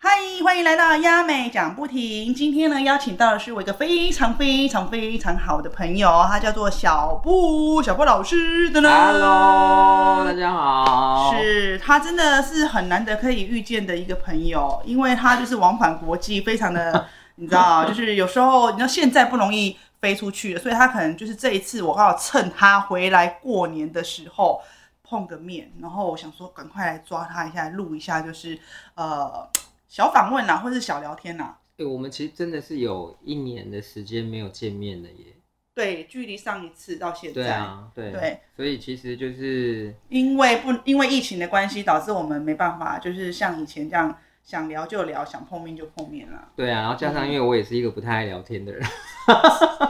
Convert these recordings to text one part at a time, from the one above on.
欢迎来到亚美讲不停。今天呢，邀请到的是我一个非常非常非常好的朋友，他叫做小布，小布老师的呢。 Hello，大家好。是他真的是很难得可以遇见的一个朋友，因为他就是往返国际，非常 的，你知道，就是有时候你知道现在不容易飞出去，所以他可能就是这一次我刚好趁他回来过年的时候碰个面，然后我想说赶快来抓他一下，录一下，就是呃小访问啊啦，或是小聊天啊啦。对，我们其实真的是有一年的时间没有见面了耶。对，距离上一次到现在，对啊，对。对所以其实就是因为不因为疫情的关系，导致我们没办法就是像以前这样想聊就聊，想碰面就碰面啦。对啊，然后加嗯上因为我也是一个不太爱聊天的人，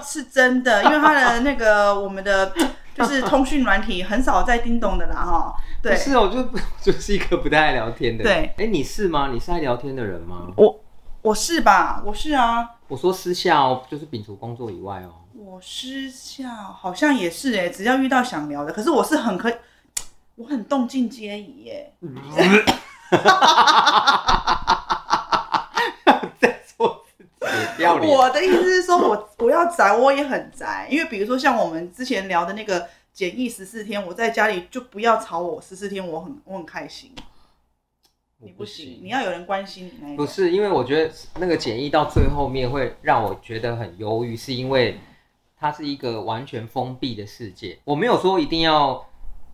是真的，因为它的那个我们的 就是通讯软体很少在叮咚的啦哈。对 不，是我就就是一个不太爱聊天的人。对，哎，你是吗？你是爱聊天的人吗？我我是吧，我是啊，我说私下哦，就是摒除工作以外哦。我私下好像也是哎、只要遇到想聊的，可是我是很可以，我很动静皆宜耶、 在说自己不要脸。我的意思是说我我要宅，我也很宅，因为比如说像我们之前聊的那个简易十四天，我在家里就不要吵我，十四天我很我很开心。我你不行，你要有人关心你那一不种。是，因为我觉得那个简易到最后面会让我觉得很忧郁，是因为它是一个完全封闭的世界。我没有说一定要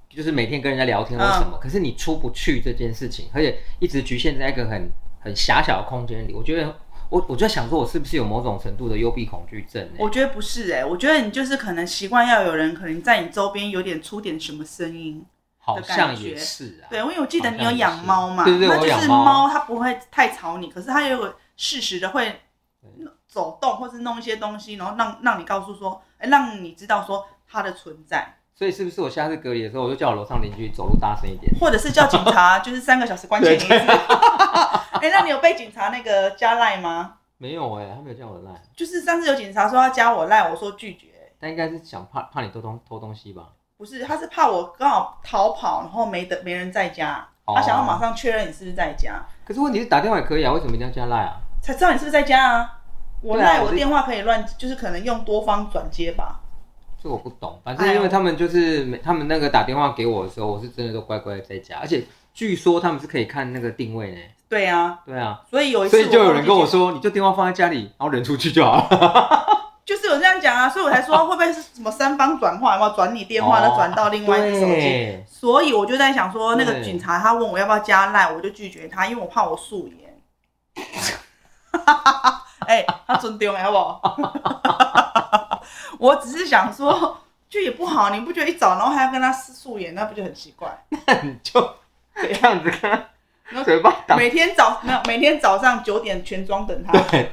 就是每天跟人家聊天或什么，嗯可是你出不去这件事情，而且一直局限在一个很很狭小的空间里，我觉得我我就在想说，我是不是有某种程度的幽闭恐惧症、欸？我觉得不是哎、我觉得你就是可能习惯要有人可能在你周边有点出点什么声音。好的感像觉也是啊，对，因为我记得你好有像也养是猫嘛，对对对那我就养是猫猫它不会太吵你，可是它也有适时的会走动或是弄一些东西，然后让让你告诉说，哎、让你知道说它的存在，所以是不是我下次隔离的时候，我就叫我楼上邻居走路大声一点？或者是叫警察， 就是三个小时关切你一次。 哎、那你有被警察那个加赖吗？没有哎、他没有叫我来，就是上次有警察说要加我赖，我说拒绝、但应该是想怕怕你偷东偷东西吧？不是，他是怕我刚好逃跑，然后没得没人在家，哦他想要马上确认你是不是在家，可是问题是打电话也可以啊，为什么一定要加赖啊？才知道你是不是在家啊。我对啊赖我我是电话可以乱，就是可能用多方转接吧。这我不懂，反哎正呦因为他们就是每他们那个打电话给我的时候，我是真的都乖乖在家，而且据说他们是可以看那个定位呢。对啊，对啊，所以有一次所以就有人跟我忘记说，你就电话放在家里，然后人出去就好了。接，就是有这样讲啊，所以我才说 会不会是什么三方转换，有没有转你电话，哦再转到另外一只手机？对所以我就在想说，那个对警察他问我要不要加赖，我就拒绝他，因为我怕我素颜。 哎、他尊重哎，好不好？ 我只是想说，就也不好，你不觉得一早然后还要跟他素颜，那不就很奇怪？你 就这样子跟那他嘴巴挡，每天早没有，每天早上九点全妆等 他，对，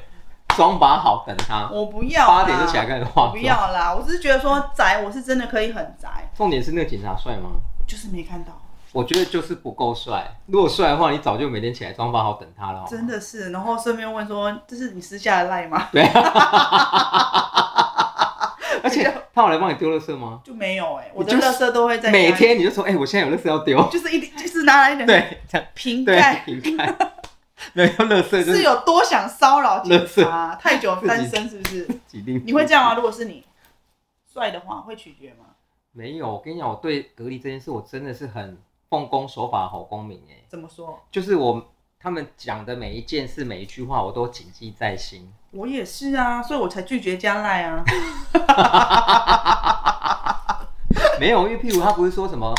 双把好等他，我不要啦，八点就起来开始化我妆不。要啊啦，我只是觉得说宅，我是真的可以很宅，重点是那个警察帅吗？就是没看到，我觉得就是不够帅。如果帅的话，你早就每天起来双把好等他了。好吗真的是。然后顺便问说，这是你私下的赖吗？而且他有来帮你丢垃圾吗？就没有哎、我的你就是垃圾都会在家里每天你就说，哎、我现在有垃圾要丢。 就是一定就是拿来一点对，这样瓶对盖，，你看， 没有乐色就是是有多想骚扰警察？太久单身是不是？几定。你会这样吗？如果是你帅的话，会取决吗？没有，我跟你讲，我对隔离这件事，我真的是很奉公守法的好公民哎，怎么说？就是我他们讲的每一件事、每一句话，我都谨记在心。 我也是啊，所以我才拒绝加赖啊。没有，因为譬如他不是说什么，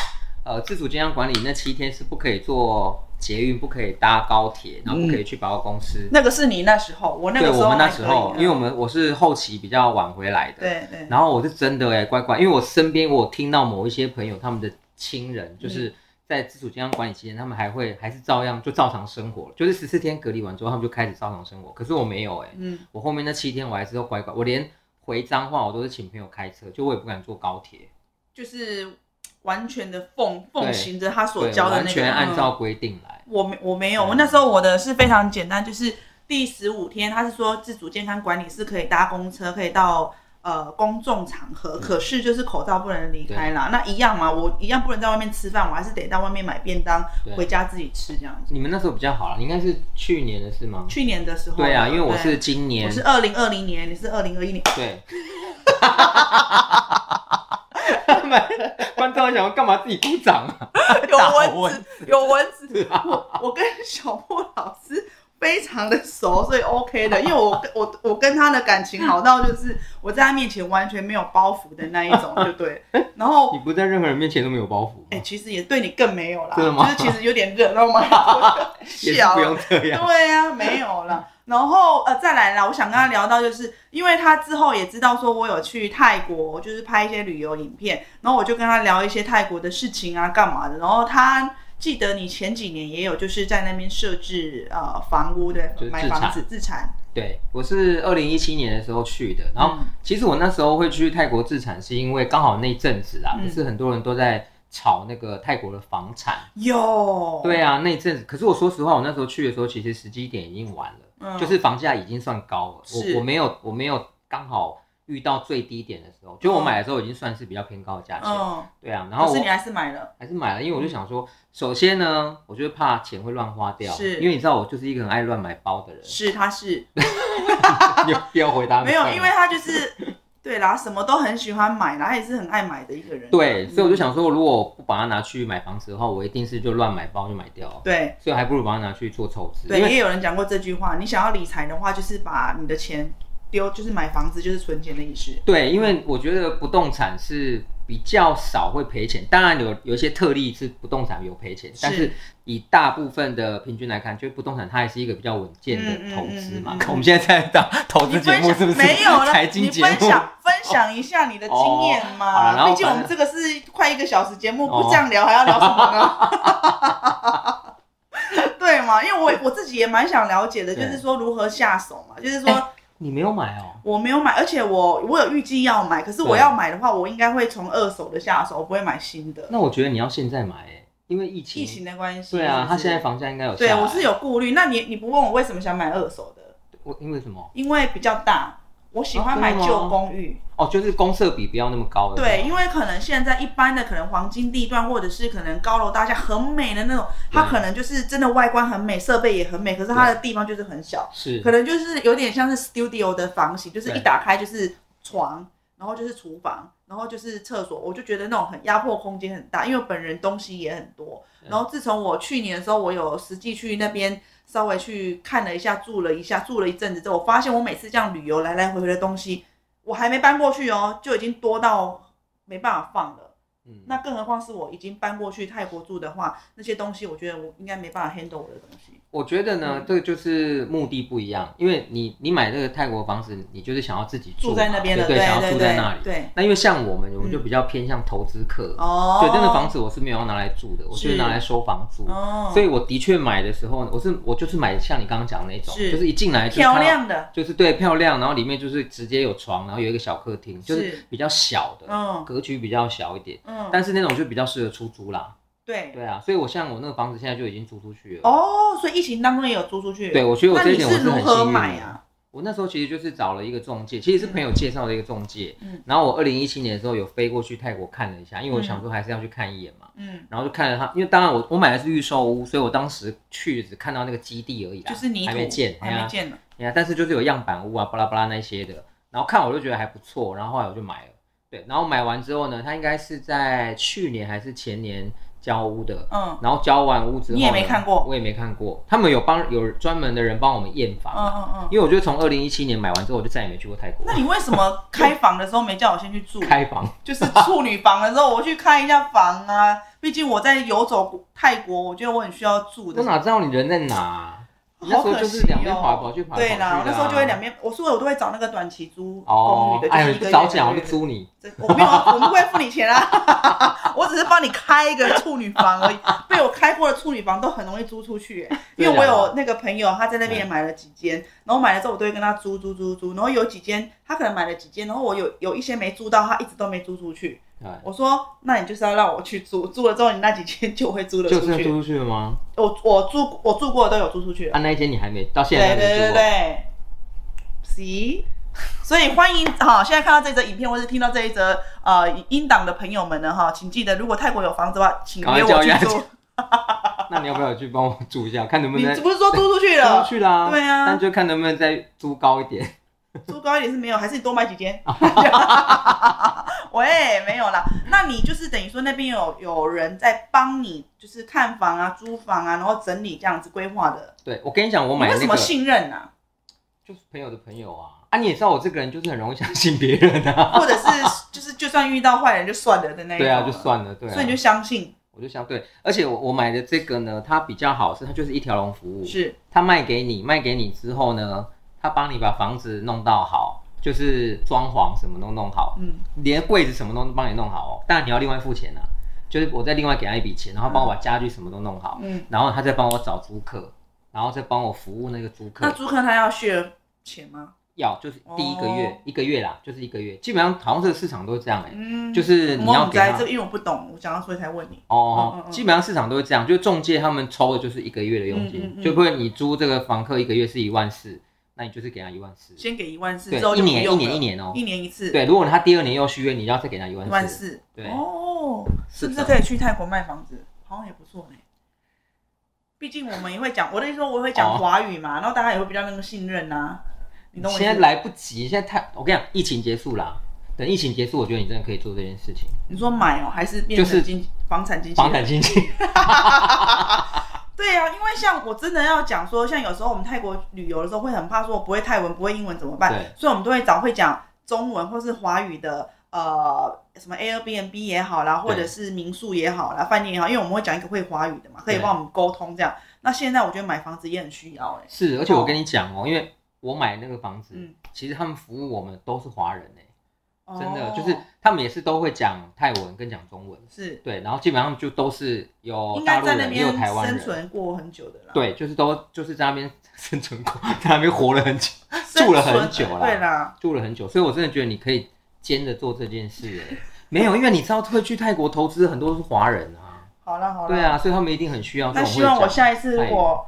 呃，自主健康管理那七天是不可以坐捷运，不可以搭高铁，然后不可以去百货公司。那个是你那时候，我嗯那对个时我候们那还可时以候啊，因为我们我是后期比较晚回来的，对对然后我是真的哎、乖乖，因为我身边我有听到某一些朋友他们的亲人，嗯就是在自主健康管理期间，他们还会还是照样就照常生活，就是十四天隔离完之后，他们就开始照常生活。可是我没有哎、嗯，我后面那七天我还是都乖乖，我连回彰化我都是请朋友开车，就我也不敢坐高铁，就是完全的奉奉对行着他所对，教的那个，完全按嗯照规定来。我没我没有，对我那时候我的是非常简单，就是第十五天，他是说自主健康管理是可以搭公车，可以到呃公众场合，可是就是口罩不能离开啦。那一样嘛，我一样不能在外面吃饭，我还是得到外面买便当对回家自己吃这样子。你们那时候比较好了，应该是去年的事吗？去年的时候，对啊，因为我对是今年我，是二零二零年，你是二零二一年，对。 观众还想要干嘛自己鼓掌啊？有大蚊蚊啊子，有蚊子。我我跟小莫老师非常的熟，所以 OK 的，因为我跟我我跟他的感情好到就是我在他面前完全没有包袱的那一种，就对。然后 你不在任何人面前都没有包袱哎、吗？其实也对你更没有啦，真的吗就是其实有点热，然后 我们还也 是笑不用这样。对呀、没有了。然后呃，再来啦，我想跟他聊到，就是因为他之后也知道说我有去泰国，就是拍一些旅游影片，然后我就跟他聊一些泰国的事情啊，干嘛的。然后他记得你前几年也有就是在那边设置呃房屋的就是买自房产子自产，对，我是二零一七年的时候去的，然后嗯其实我那时候会去泰国自产，是因为刚好那一阵子啊，嗯就是很多人都在炒那个泰国的房产。有对啊，那一阵子，可是我说实话，我那时候去的时候，其实时机点已经晚了，嗯就是房价已经算高了。是我我没有我没有刚好遇到最低点的时候，就我嗯买的时候已经算是比较偏高的价钱。嗯，对啊，然可后是我你还是买了，还是买了，因嗯为我就想说，首先呢，我就是怕钱会乱花掉，是，因为你知道我就是一个很爱乱买包的人 是他是你有必要回答你没有干，嘛因为他就是对啦，什么都很喜欢买啦，他也是很爱买的一个人。对，嗯所以我就想说，如果我不把它拿去买房子的话，我一定是就乱买包就买掉，对。所以还不如把它拿去做投资，对，因为也有人讲过这句话，你想要理财的话，就是把你的钱丢，就是买房子，就是存钱的意思。对，因为我觉得不动产是比较少会赔钱，当然有有一些特例是不动产有赔钱，是但是以大部分的平均来看，就是不动产它还是一个比较稳健嗯嗯的投资嘛嗯嗯。嗯 我们现在在当投你资节分目享是不是？没有了？ 财经节目你分享分享一下你的经验哦好了然嘛？后哦毕竟我们这个是快一个小时节目，不这样聊还要聊什么呢？ 对嘛？因为我我自己也蛮想了解的，就对是说如何下手嘛，就是哎说你没有买哦。我没有买，而且我我有预计要买，可是我对要买的话，我应该会从二手的下手，我不会买新的。那我觉得你要现在买、欸，因为疫情。疫情的关系，嗯对啊，是它不是现在房价应该有下对，来。我是有顾虑。那你你不问我为什么想买二手的？我因为什么？因为比较大，我喜欢啊买真的吗旧公寓。哦，就是公设比不要那么高了。对，为因为可能现在一般的可能黄金地段，或者是可能高楼大厦很美的那种，它对可能就是真的外观很美，设备也很美，可是它的地方就是很小，是可能就是有点像是 studio 的房型，就是对一打开就是床，然后就是厨房，然后就是厕所，我就觉得那种很压迫空间很大，因为本人东西也很多。嗯然后自从我去年的时候，我有实际去那边稍微去看了一下，住了一下，住了一阵子之后，我发现我每次这样旅游来来回回的东西，我还没搬过去哦，就已经多到没办法放了。嗯那更何况是我已经搬过去泰国住的话，那些东西我觉得我应该没办法 handle 我的东西。我觉得嗯呢，这个就是目的不一样，因为你你买这个泰国房子，你就是想要自己住嘛在那边的，对对想要对住在那里。对，嗯那因为像我们，我们就比较偏向投资客，哦，所以真的房子我是没有要拿来住的，我就是是拿来收房租。哦，所以我的确买的时候，我是我就是买像你刚刚讲的那种，是就是一进来就看漂到亮的，就是对漂亮，然后里面就是直接有床，然后有一个小客厅，就是比较小的，嗯格局比较小一点，嗯，但是那种就比较适合出租啦。对，对啊，所以我像我那个房子现在就已经租出去了。，哦，所以疫情当中也有租出去，对，我觉得我那这一你点我是是如很何幸运的买啊？我那时候其实就是找了一个中介，其实是朋友介绍的一个中介。嗯然后我二零一七年的时候有飞过去泰国看了一下，因为我想说还是要去看一眼嘛。嗯，然后就看了他，因为当然我我买的是预售屋，所以我当时去只看到那个基地而已啦，就是泥土还没建，还哎呀没建呢。哎呀，但是就是有样板屋啊，巴拉巴拉那些的，然后看我就觉得还不错，然后后来我就买了。对，然后买完之后呢，他应该是在去年还是前年交屋的，嗯然后交完屋之后呢，你也没看过我也没看过。他们有帮有专门的人帮我们验嗯房啊，嗯嗯。因为我觉得从二零一七年买完之后，我就再也没去过泰国那。你为什么开房的时候没叫我先去住？开房， 就是处女房的时候，我去看一下房啊。毕竟我在游走泰国，我觉得我很需要住我的。哪知道你人在哪啊、你那时好候可就是惜两边跑来哦跑去跑来跑去的啊对啦，我那时候就会两边，我说我都会找那个短期租公哦寓的，，就哎，是你一个不月早讲，我一就个月租你。这我没有啊，我不会付你钱啊， 我只是帮你开一个处女房而已。被我开过的处女房都很容易租出去、欸啊因为我有那个朋友，他在那边也买了几间，然后买了之后我都会跟他租租租租，然后有几间他可能买了几间，然后我有有一些没租到，他一直都没租出去。哎，我说，那你就是要让我去租，租了之后你那几间就会租得就出是去。租出去了吗？我我住我住过的都有租出去了。啊，那一间你还没到现在对还对对没租、对哦。对，See，所以欢迎哈，现在看到这则影片或是听到这一则呃音档的朋友们呢哈，请记得，如果泰国有房子的话，请赶快约叫我去人家住。 那你要不要去帮我租一下，看能不你能不是说租出去 租了，去啦？对啊但就看能不能再租高一点。 租高一点是没有，还是你多买几间？哦 喂，没有啦。那你就是等于说那边有有人在帮你，就是看房啊、租房啊，然后整理这样子规划的。对，我跟你讲，我你买为那什么个信任啊 呢、就是朋友的朋友啊。啊，你也知道我这个人就是很容易相信别人 啊。或者是就是就算遇到坏人就算了的那一种。对啊，就、算了，对啊。所以你就相信我就想对，而且我我买的这个呢，它比较好是它就是一条龙服务，是它卖给你，卖给你之后呢，它帮你把房子弄到好，就是装潢什么都弄好，嗯连柜子什么都帮你弄好哦。当然你要另外付钱啊，就是我再另外给他一笔钱，然后帮我把家具什么都弄好，嗯。然后他再帮我找租客，然后再帮我服务那个租那客。租客他要 share 钱吗？要就是第一个月、哦一个月啦，就是一个月，基本上好像这个市场都是这样哎、嗯，就是你我要不给在他这个，因为我不懂，我想要所以才问你。嗯哦嗯，嗯基本上市场都是这样，就是中介他们抽的就是一个月的佣金，嗯嗯嗯就不然你租这个房客一个月是一万四，那你就是给他一万四，先给一万四，对之后，一就不年一用年了一年哦、一年一次，对，如果他第二年又续约，你要再给他一一万万四，四。对哦，是不是是的可以去泰国卖房子？好像也不错呢。毕竟我们也会讲，我的意思说我会讲哦华语嘛，然后大家也会比较那个信任呐、你懂我意现在思？来不及，现在太，我跟你讲，疫情结束啦，等疫情结束，我觉得你真的可以做这件事情，你说买哦，还是变就是成经、房产经纪房人？产经济，对啊，因为像我真的要讲说，像有时候我们泰国旅游的时候会很怕说我不会泰文、不会英文怎么办对？所以我们都会找会讲中文或是华语的。呃，什么 Airbnb 也好啦，或者是民宿也好啦，饭店也好，因为我们会讲一个会华语的嘛，可以对帮我们沟通这样。那现在我觉得买房子也很需要哎、是，而且我跟你讲哦、因为我买那个房子，嗯其实他们服务我们都是华人哎、哦真的，就是他们也是都会讲泰文跟讲中文。是对，然后基本上就都是有应哦大该陆在那人，也有边台湾生人，存过很久的啦，对，就是都就是在那边 生存过，在那边活了很久，生存，住了很久啦对啦，住了很久，所以我真的觉得你可以兼着做这件事。哎，没有，因为你知道会去泰国投资很多是华人啊，好啦好啦，对啊，所以他们一定很需要那这种希会望我讲。下一次我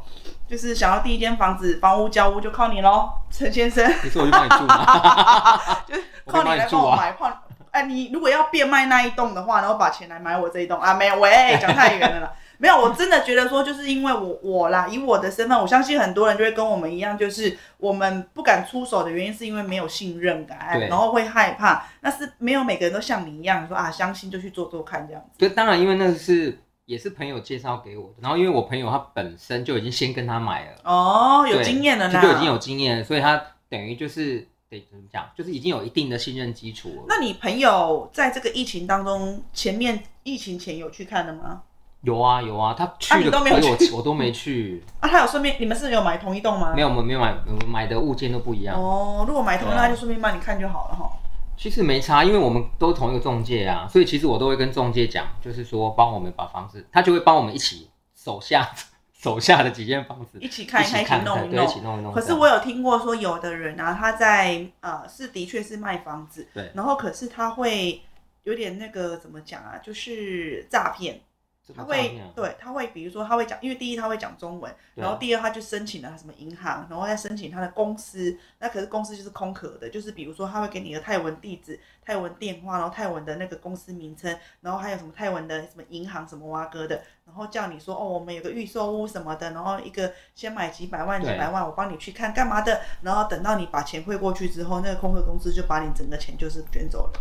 就是想要第一间房子，房屋交屋就靠你喽，陈先生，你说我就帮你住吗？ 就是我靠可你以帮你来住帮我啊。买，靠你。哎，你如果要变卖那一栋的话，然后把钱来买我这一栋啊？没有，喂，讲太远了啦。没有，我真的觉得说，就是因为我我啦，以我的身份，我相信很多人就会跟我们一样，就是我们不敢出手的原因，是因为没有信任感，哎对然后会害怕。那是没有每个人都像你一样说啊，相信就去做做看这样子。对，当然因为那是也是朋友介绍给我的，然后因为我朋友他本身就已经先跟他买了。哦，有对经验了就啦。就已经有经验了，所以他等于就是得怎么讲，就是已经有一定的信任基础了。那你朋友在这个疫情当中，前面疫情前有去看的吗？有啊有啊，他啊去你的都没有亏我、去我都 没去，啊，他有顺便，你们是有买同一栋吗？没有我们没有买我们买的物件都不一样。哦，如果买同一栋，对啊他就顺便帮你看就好了哈。其实没差，因为我们都同一个中介啊，所以其实我都会跟中介讲，就是说帮我们把房子，他就会帮我们一起手下 手下的几间房子一起看一一看，起一起看弄看，一对，一啊起弄。弄一弄。可是我有听过说，有的人啊，他在呃是的确是卖房子，对然后可是他会有点那个怎么讲啊，就是诈骗。这他样这会样对，他会比如说他会讲，因为第一他会讲中文，啊对啊然后第二他就申请了什么银行，然后再申请他的公司，那可是公司就是空壳的，就是比如说他会给你的泰文地址、泰文电话，然后泰文的那个公司名称，然后还有什么泰文的什么银行什么哇哥的，然后叫你说哦，我们有个预售屋什么的，然后一个先买几百万、几对百万，我帮你去看干嘛的，然后等到你把钱汇过去之后，那个空壳公司就把你整个钱就是卷走了，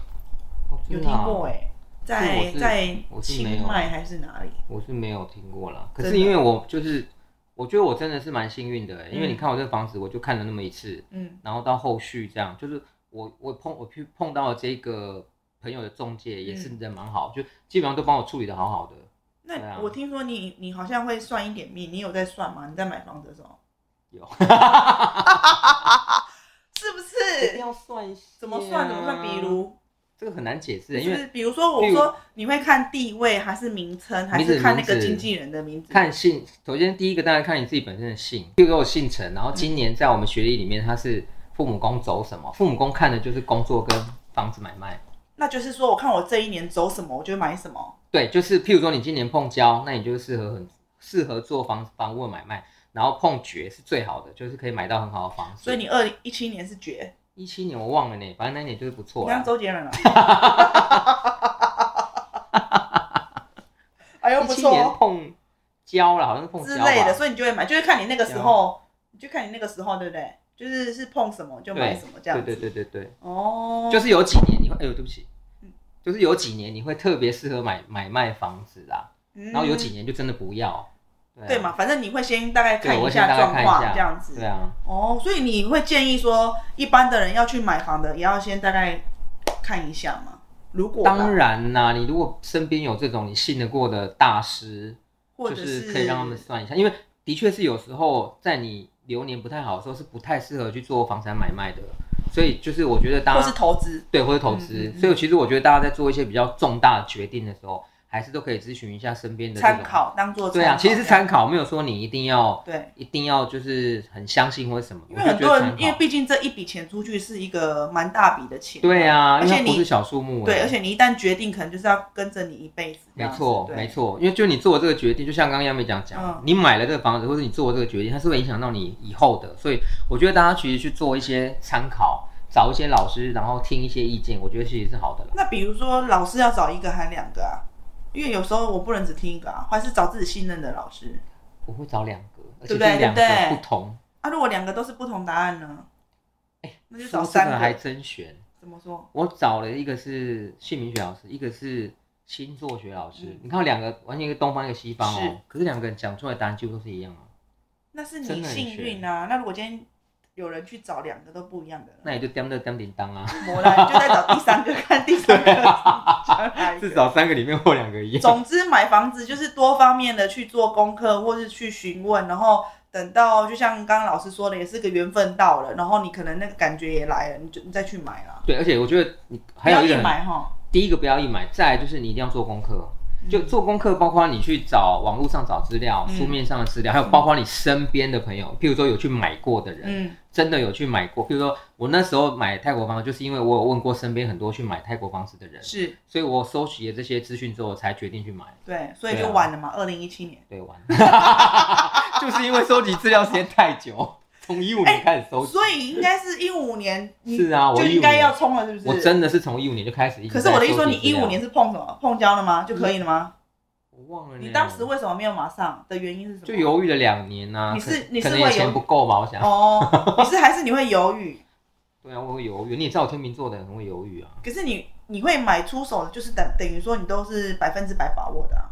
我有知听道过哎、在啊我是在我是没有清迈还是哪里？我是没有听过啦，可真是的因为我就是，我觉得我真的是蛮幸运的欸、因为嗯你看我这个房子，我就看了那么一次，嗯。然后到后续这样，就是我我碰我去碰到这个朋友的中介也是人蛮好，就基本上都帮我处理的好好的。对那啊我听说你你好像会算一点命，你有在算吗？你在买房子的时候有， 是不一是？定要算一下怎么啊算？怎么算？比如，这个很难解释欸、因就是为比如说，我例如说你会看地位还是名称，还名是字看那个名字经纪人的名字？看姓，首先第一个当然看你自己本身的姓，比如说我姓陈，然后今年在我们学历里面他是父母宫走什么？父母宫看的就是工作跟房子买卖。那就是说，我看我这一年走什么，我就买什么。对，就是譬如说你今年碰交，那你就适合很适合做房房屋的买卖，然后碰绝是最好的，就是可以买到很好的房子。所以你二零一七年是绝，一七年我忘了呢，反正那年就是不错你看啦。周杰 伦啊，哎呦一不七错年哦碰胶了，好像是碰之胶类的，吧。所以你就会买，就是看你那个时候，就看你那个时候对不对？就是是碰什么就买什么这样对子。对对对对，哦，就是有几年你会，哎呦对不起嗯，就是有几年你会特别适合买买卖房子啦，然然后有几年就真的不要。啊嗯对嘛，？反正你会先大概对，看我一先下大概状看一况下这样子对。啊，哦，所以你会建议说，一般的人要去买房的，也要先大概看一下嘛。如果啦当，然啦，你如果身边有这种你信得过的大师，或就者是可以让他们算一下，因为的确是有时候在你流年不太好的时候是不太适合去做房产买卖的，所以就是我觉得大或家是投资，对或者投资，嗯嗯嗯所以其实我觉得大家在做一些比较重大的决定的时候，还是都可以咨询一下身边的这种参。考当做对啊，其实是参考，没有说你一定要对，一定要就是很相信或者什么，因我为就很觉多得人参，因为考。毕竟这一笔钱出去是一个蛮大笔的钱，对啊，而因且为它不你是小数目欸，对，而且你一旦决定，可能就是要跟着你一辈子这没样子，错，对没，错，因为就你做这个决定，就像刚刚亚美讲讲，嗯你买了这个房子，或者你做这个决定，它是会影响到你以后的。所以我觉得大家其实去做一些参考，找一些老师，然后听一些意见，我觉得其实是好的了。那比如说老师要找一个还两个啊，因为有时候我不能只听一个啊，还是找自己信任的老师我会找两个，而对且是不对两对不个对不同，啊。如果两个都是不同答案呢？那就找哎说这三个还个。真悬。怎么说？我找了一个是姓名学老师，一个是星座学老师。嗯你看两个，完全一个东方一个西方是嗯哦，可是两个人讲出来的答案几乎都是一样啊。那是真你的很幸运啊。那如果今天有人去找两个都不一样的人，那也就颠的颠叮当啊，我来就再找第三个，看第 三个是哪一个至少三个里面或两个一 样。总之，买房子就是多方面的去做功课，或是去询问，然后等到就像刚刚老师说的，也是个缘分到了，然后你可能那个感觉也来了，你就你再去买啦。对，而且我觉得你还有不一要一个很买哈，第一个不要硬买，再来就是你一定要做功课。嗯就做功课，包括你去找网络上找资料、嗯书面上的资料，还有包括你身边的朋友，譬如说有去买过的人，嗯真的有去买过。譬如说我那时候买泰国房，就是因为我有问过身边很多去买泰国房子的人，是所以我收集了这些资讯之后，我才决定去买。对，所以对就啊晚了嘛，二零一七年。对，完， 就是因为收集资料时间太久， 从一五年开始收集。所以应该是一五年，哎你啊是啊我就应15该年要冲了，是不是？我真的是从一五年就开始一直可在是收集资料。我的意思说，你一五年是碰什么？碰胶了嗯吗？就可以了吗？我忘了呢，你当时为什么没有马上？的原因是什么？就犹豫了两年呐、啊。你是可你是可能也会钱犹不够吧？我想。哦，你是还是你会犹豫？对啊，我会犹豫。你也知道，我天秤座的人很会犹豫啊。可是你你会买出手的，就是等等于说你都是百分之百把握的、啊，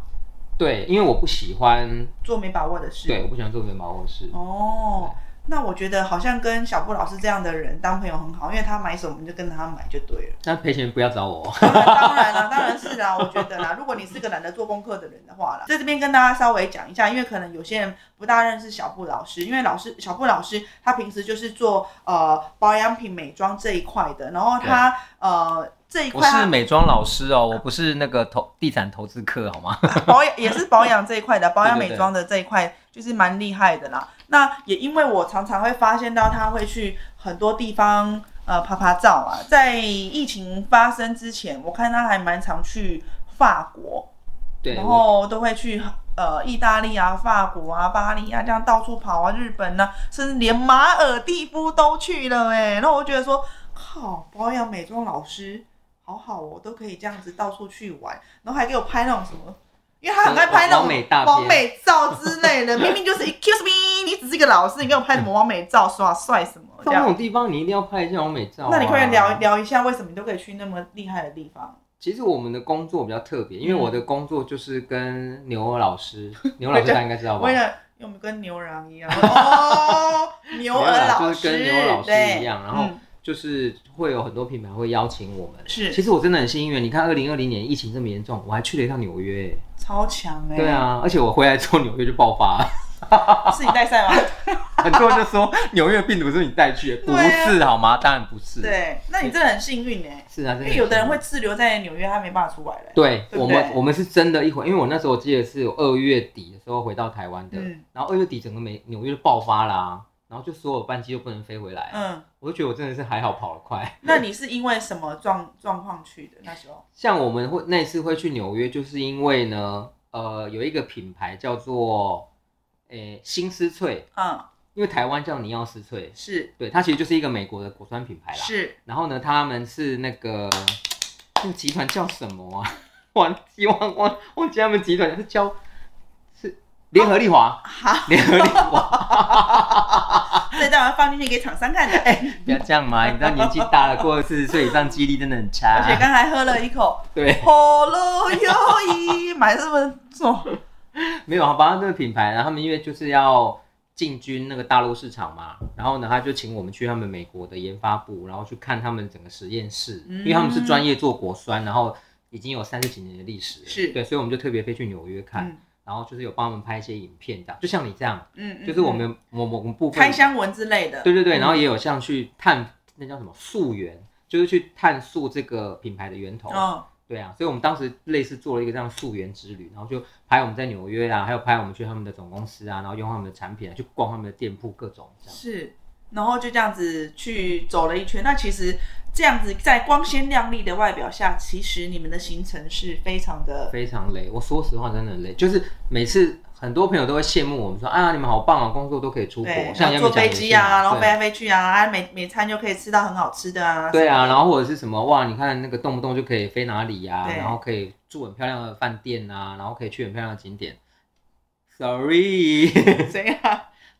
对，因为我不喜欢，做没把握的事。对，我不喜欢做没把握的事。哦，那我觉得好像跟小布老师这样的人当朋友很好，因为他买什么你就跟着他买就对了。 那赔钱不要找我。当然当然啦，当然是啦，我觉得啦，如果你是个懒得做功课的人的话啦，在这边跟大家稍微讲一下，因为可能有些人不大认识小布老师，因为老师小布老师他平时就是做呃保养品、美妆这一块的，然后他呃这一 我块是他美妆老师哦，我不是那个投地产投资客，好吗？ 保养也是保养这一块的，保养对对美对妆的这一块就是蛮厉害的啦。那也因为我常常会发现到他会去很多地方呃拍拍照啊，在疫情发生之前，我看他还蛮常去法国。 对，然我后都会去呃意大利啊、法国啊、巴黎啊，这样到处跑啊，日本呢、甚至连马尔蒂夫都去了哎、然后我就觉得说，靠，保养美妆老师好好哦，都可以这样子到处去玩，然后还给我拍那种什么。因为他很爱拍那种完美大片完美照之类的， 明明就是 excuse me，你只是一个老师，你给我拍什么完美照，耍帅什么这到那样？种地方，你一定要拍一下完美照、啊。那你可不可以聊。聊一下，为什么你都可以去那么厉害的地方？其实我们的工作比较特别，因为嗯我的工作就是跟牛儿老师， 牛儿老师大家应该知道吧为？了因为我们跟牛郎一样， 哦，牛儿老就是师，跟牛儿老师对一样，然后嗯就是会有很多品牌会邀请我们。是其实我真的很幸运，你看二零二零年疫情这么严重，我还去了一趟纽约、欸超强哎、对，啊，而且我回来之后纽约就爆发 了，是你带赛吗？很多人就说纽约病毒是你带去的，不对啊是好吗？当然不 是，，对，那你真的很幸运哎、是啊，真因的为有的人会滞留在纽约，他没办法出来了、对对不我们对我们是真的一回，因为我那时候我记得是有二月底的时候回到台湾的，嗯然后二月底整个美纽约就爆发啦、然后就所有班机都不能飞回来，嗯，我就觉得我真的是还好跑得快。 那你是因为什么状状况去的？那时候像我们会那次会去纽约，就是因为呢，呃，有一个品牌叫做诶、新丝翠，嗯，因为台湾叫尼奥斯翠，是对，它其实就是一个美国的果酸品牌啦。是然后呢，他们是那个那个集团叫什么啊？ 忘记忘忘忘记他们集团是叫是联合利华，哦好，联合利华。这当然放进去给厂商看哎的。不要这样嘛，你知道年纪大了，过四十岁以上记忆力真的很而且差。刚才喝了一口对，火罗优一，买这么做没有，好吧，那个品牌，然后他们因为就是要进军那个大陆市场嘛，然后呢，他就请我们去他们美国的研发部，然后去看他们整个实验室，嗯因为他们是专业做果酸，然后已经有三十几年的历史了，是对，所以我们就特别飞去纽约看。嗯然后就是有帮我们拍一些影片这样，就像你这样，嗯，嗯就是我们某某个部分，开箱文之类的。对对对，然后也有像去探那叫什么溯源，就是去探溯这个品牌的源头，嗯，对啊，所以我们当时类似做了一个这样溯源之旅，然后就拍我们在纽约啊，还有拍我们去他们的总公司啊，然后用他们的产品啊去逛他们的店铺各种这样。是，然后就这样子去走了一圈。那其实这样子在光鲜亮丽的外表下，其实你们的行程是非常的，非常累，我说实话真的很累，就是每次很多朋友都会羡慕我们说啊，你们好棒啊，工作都可以出国，对，像然后杨坐美讲飞也机是啊，然后对飞来飞去啊，啊每每餐就可以吃到很好吃的啊。对啊，然后或者是什么哇？你看那个动不动就可以飞哪里呀、对然后可以住很漂亮的饭店啊，然后可以去很漂亮的景点。Sorry， 怎样？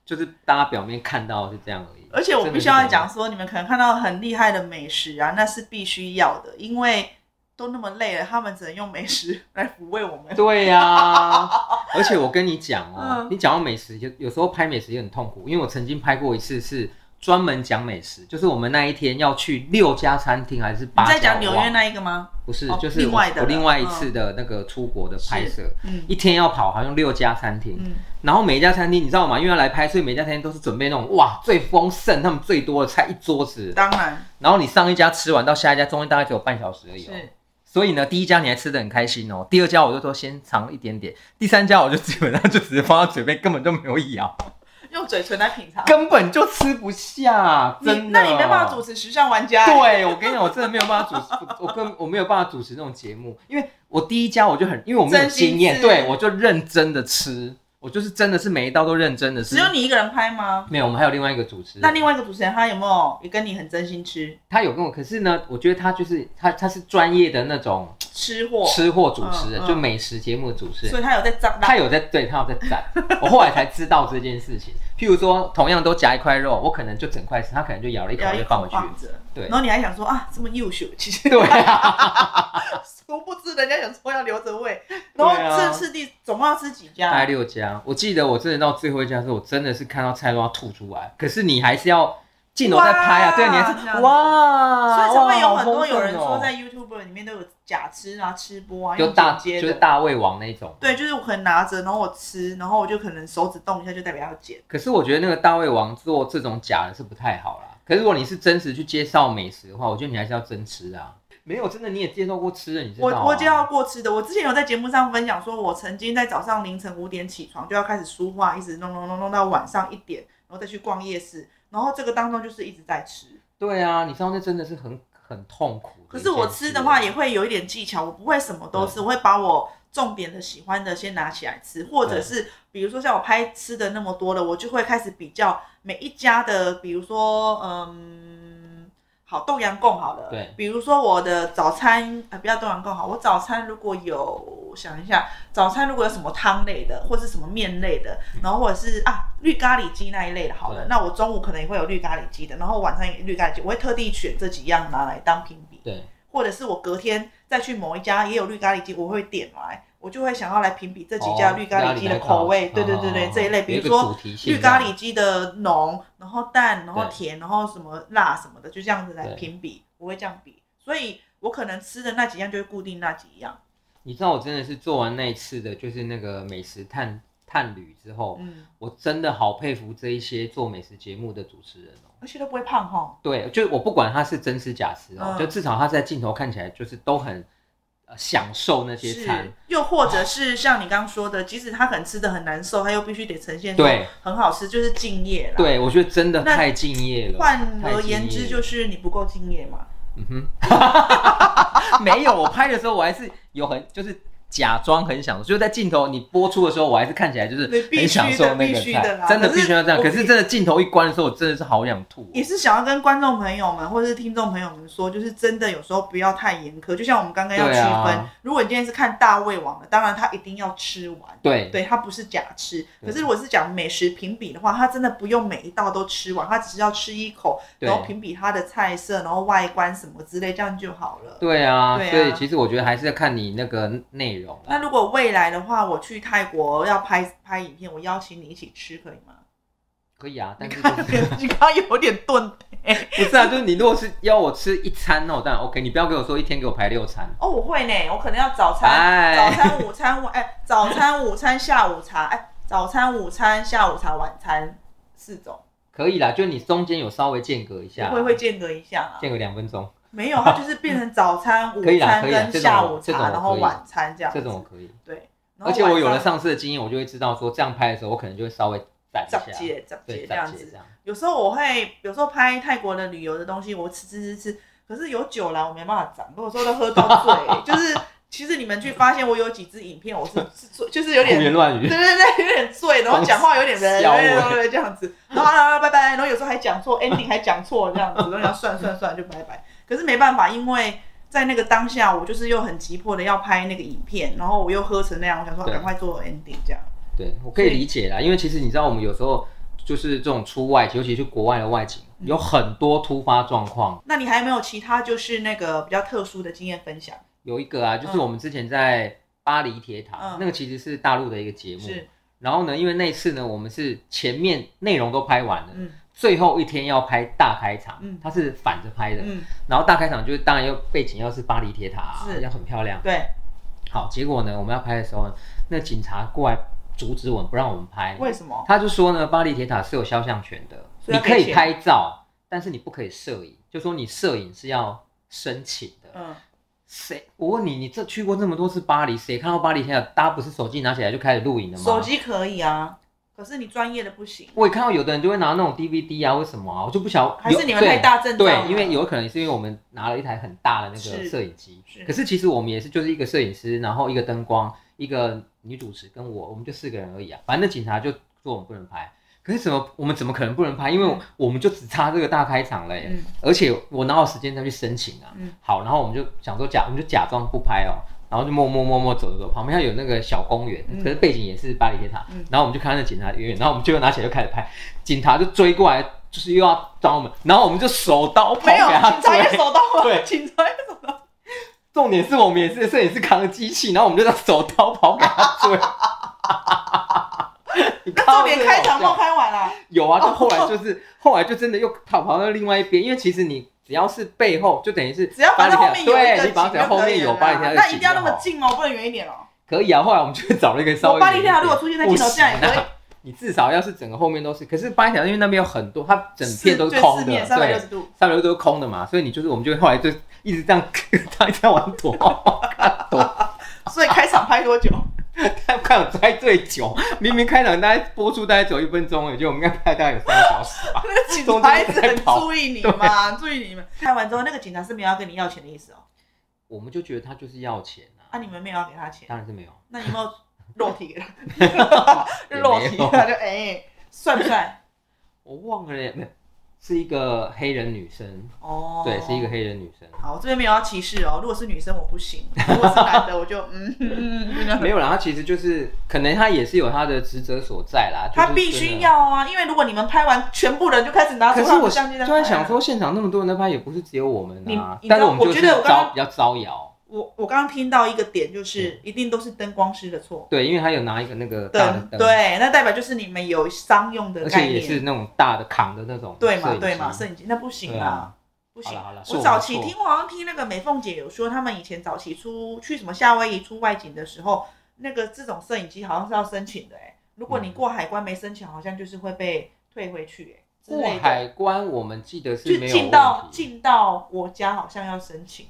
就是大家表面看到是这样而已。而且我真的必是须要这样讲，说，你们可能看到很厉害的美食啊，那是必须要的，因为都那么累了，他们只能用美食来抚慰我们。 对呀、 而且我跟你讲哦，嗯你讲到美食，有有时候拍美食也很痛苦，因为我曾经拍过一次是专门讲美食，就是我们那一天要去六家餐厅还是八你家，在讲我纽忘约了那一个吗？不是，哦就是另外的我我另外一了次嗯的那个出国的拍是摄，嗯一天要跑好像六家餐厅。嗯，然后每一家餐厅，你知道吗？因为要来拍，所以每一家餐厅都是准备那种哇最丰盛、他们最多的菜一桌子。当然然后你上一家吃完到下一家，中间大概只有半小时而已、哦。是。所以呢，第一家你还吃的很开心哦，第二家我就说先尝一点点，第三家我就基本上就直接放到嘴边，根本就没有咬，啊用嘴唇来品尝。根本就吃不下，你真那的。你没办法主。持时尚玩家、欸。对，我跟你讲，我真的没有办法主持，我我跟我没有办法主持那种节目，因为我第一家我就很，因为我没有真心经验，吃对我就认真的吃，我就是真的是每一道都认真的吃。只有你一个人拍吗？没有，我们还有另外一个主持人，那另外一个主持人他有没有也跟你很真心吃他有跟我，可是呢，我觉得他就是他他是专业的那种吃货？吃货主持人，嗯嗯就美食节目的主持人，所以他有在张他有在对他有在 赞，我后来才知道这件事情。譬如说，同样都夹一块肉，我可能就整块吃，他可能就咬了一口要一就放口回去。放着，对然后你还想说啊这么优秀，其实 对啊，殊不知人家想说要留着胃，对然啊哎后这次第总共要吃几大概家？六家，我记得我真的到最后一家的时候，我真的是看到菜都要吐出来，可是你还是要镜头在拍啊，哇对，你这还样是子哇，所以才会有哇很好多丰盛有人说哦在 YouTube 里面都有假吃啊、吃播啊，就用大剪接就的是大胃王那种。对，就是我可能拿着，然后我吃，然后我就可能手指动一下，就代表要剪。可是我觉得那个大胃王做这种假的是不太好啦。可是如果你是真实去介绍美食的话，我觉得你还是要真吃的啊。没有，真的你也介绍过吃的，你知道、我啊、我就要过吃的。我之前有在节目上分享说，我曾经在早上凌晨五点起床就要开始梳化，一直弄弄弄弄到晚上一点，然后再去逛夜市，然后这个当中就是一直在吃。对啊，你知道那真的是很很痛苦。可是我啊吃的话也，会有一点技巧，我不会什么都吃，我会把我重点的喜欢的先拿起来吃，或者对是比如说像我拍吃的那么多了，我就会开始比较每一家的，比如说嗯，好豆阳贡好了，对比如说我的早餐啊、呃不要豆阳贡好，我早餐如果有想一下，早餐如果有什么汤类的，或是什么面类的，然后或者是啊绿咖喱鸡那一类的，好了，嗯对那我中午可能也会有绿咖喱鸡的，然后晚上也绿咖喱鸡，我会特地选这几样拿来当评比。对，或者是我隔天再去某一家也有绿咖喱鸡，我会点来，我就会想要来评比这几家哦绿哦咖喱鸡的口味，对对对对，这一类，比如说绿咖喱鸡的浓，然后淡，然后甜，然后什么辣什么的，就这样子来对评比，我会这样比，所以我可能吃的那几样就会固定那几样，你知道我真的是做完那一次的，就是那个美食探探旅之后，嗯，我真的好佩服这一些做美食节目的主持人哦。而且都不会胖哈，对，就是我不管他是真吃假吃哦，嗯就至少他在镜头看起来就是都很、呃、享受那些是餐。，又或者是像你刚刚说的，即使他可能吃的很难受，他又必须得呈现出对很好吃，就是敬业啦。对，我觉得真的那太敬业了。换太而敬言业之， 了就是你不够敬业嘛。嗯哼，没有，我拍的时候我还是有很就是假装很享受，就是在镜头你播出的时候，我还是看起来就是对必很须的享受那个必须的菜啦，真的可必是须要这样。我可是真的镜头一关的时候，我真的是好想吐哦。也是想要跟观众朋友们或者是听众朋友们说，就是真的有时候不要太严苛，就像我们刚刚要区对啊分，如果你今天是看大胃王的，当然他一定要吃完。对对，它不是假吃。对可是如果是讲美食评比的话，它真的不用每一道都吃完，它只是要吃一口，对然后评比它的菜色，然后外观什么之类，这样就好了。对啊，对啊所以其实我觉得还是要看你那个内容啦。那如果未来的话，我去泰国要拍拍影片，我邀请你一起吃，可以吗？可以啊，但你是看就是，你刚刚有点顿 不是啊，就是你如果是要我吃一餐，那我当然 OK。你不要跟我说一天给我排六餐，哦，我会呢，我可能要早餐、早哎，餐、午餐、晚哎、早餐、午餐、下午茶，哎、早餐、午餐、下午茶、晚餐四种，可以啦，就你中间有稍微间隔一下，会会间隔一下啊。间隔两分钟，没有，它就是变成早餐、午可以啦餐可以啦跟这种下午这种茶，我然后可以晚餐这样子。这种我可以。对，然而后且我有了晚上上次的经验，我就会知道说这样拍的时候，我可能就会稍微攒一早下，节早节对，这样攒节子这。样。有时候我会，有时候拍泰国的旅游的东西，我吃吃吃吃，可是有酒啦，我没办法长，我有时候都喝到醉， 就是其实你们去发现我有几支影片，我是是醉，就是有点胡言乱对语，对对，有点醉，然后讲话有点人，笑我欸对对对，这样子，然后啊拜拜，然后有时候还讲错 ending，还讲错这样子，然后要算算算就拜拜。可是没办法，因为在那个当下，我就是又很急迫的要拍那个影片，然后我又喝成那样，我想说啊对赶快做 ending 这样。对我可以所以理解啦，因为其实你知道，我们有时候就是这种出外，尤其去国外的外景，有很多突发状况。那你还有没有其他就是那个比较特殊的经验分享？有一个啊，就是嗯我们之前在巴黎铁塔，嗯那个其实是大陆的一个节目。是，然后呢，因为那次呢，我们是前面内容都拍完了，嗯最后一天要拍大开场，嗯它是反着拍的。嗯，然后大开场就是当然要背景要是巴黎铁塔、啊，是要很漂亮。对，好，结果呢，我们要拍的时候呢，那警察过来阻止我们，不让我们拍。为什么？他就说呢，巴黎铁塔是有肖像权的，所以你要可赔以钱拍照，但是你不可以摄影，就说你摄影是要申请的。嗯，谁？我问你，你这去过这么多次巴黎，谁看到巴黎铁塔，大家不是手机拿起来就开始录影的吗？手，机可以啊，可是你专业的不行，我也看到有的人就会拿那种 DVD 啊，为什么啊？我就不晓得，还是你们有太大阵仗了对，因为有可能是因为我们拿了一台很大的那个是摄影机是，可是其实我们也是就是一个摄影师，然后一个灯光，一个女主持跟我，我们就四个人而已啊。反正警察就说我们不能拍，可是怎么我们怎么可能不能拍？因为嗯我们就只差这个大开场了耶，嗯而且我哪有时间再去申请啊？嗯好，然后我们就想说假，我们就假装不拍哦。然后就默默默默走走走，旁边还有那个小公园，嗯可是背景也是巴黎铁塔。嗯然后我们就看到那警察远远，然后我们就拿起来就开始拍，警察就追过来，就是又要抓我们，然后我们就手刀跑没给有，他警察也追。手到啊，对警察也手到。重点是我们也是摄影师扛着机器，然后我们就让手刀跑给他追。你看 那到重这点个开场好笑都开完了，有啊，就后来就是、后来就真的又跑跑到另外一边，因为其实你只要是背后，就等于是只要反正后面有一对，个你把景只要就后可以面有了巴黎铁啦。塔，那一定要那么。近哦，不能远一点哦。可以啊，后来我们就找了一个稍我微巴黎远一铁塔如点果出现在镜头下也不可行以啊，你至少要是整个后面都是，可是巴黎铁塔因为那边有很多，它整片都是对空四的，面三百六对十，度。三百六都是空的嘛，所以你就是我们就后来就一直这样， 这样一直在玩躲 猫猫，所以开场拍多 久？看看我猜最久，明明开场大概播出大概只有一分钟而已，就我们应该拍大概有三个小 时吧。那个警察一直很注意你嘛，注意你们。拍完之后，那个警察是没有要跟你要钱的意思哦。我们就觉得他就是要钱啊，啊，你们没有要给他 钱，当然是没有，那你有没有裸体给他？ 也没有裸体给他就哎，帅不帅？我忘了耶，没有是一个黑人女生，哦，对，是一个。黑人女生。好，我这边没有要歧视哦。如果是女生我不行，如果是男的我就嗯嗯嗯。没有啦，他其实就是可能他也是有他的职责所在啦，他就是必真须的。要啊，因为如果你们拍完，全部人就开始拿出可是他我的相机在突然拍啊想了，说，现场那么多人在拍，也不是只有我们啊你你知道，但是我们就我是觉得我刚招刚比较招摇。我我刚刚听到一个点，就是一定都是灯光师的错，对，因为他有拿一个那个大的灯灯，，对，那代表就是你们有商用的而概且也是念，那种大的扛的那种摄对影机，嘛对嘛，摄影机那不行对啦啊。不行好了好了，是我我们早期错听，我好像听那个美凤姐有说，他们以前早期出去什么夏威夷出外景的时候，那个这种摄影机好像是要申请的、欸，如果你嗯过海关没申请，好像就是会被退回去、欸，之过类的海关我们记得是就没有进到问题，进到国家好像要申请，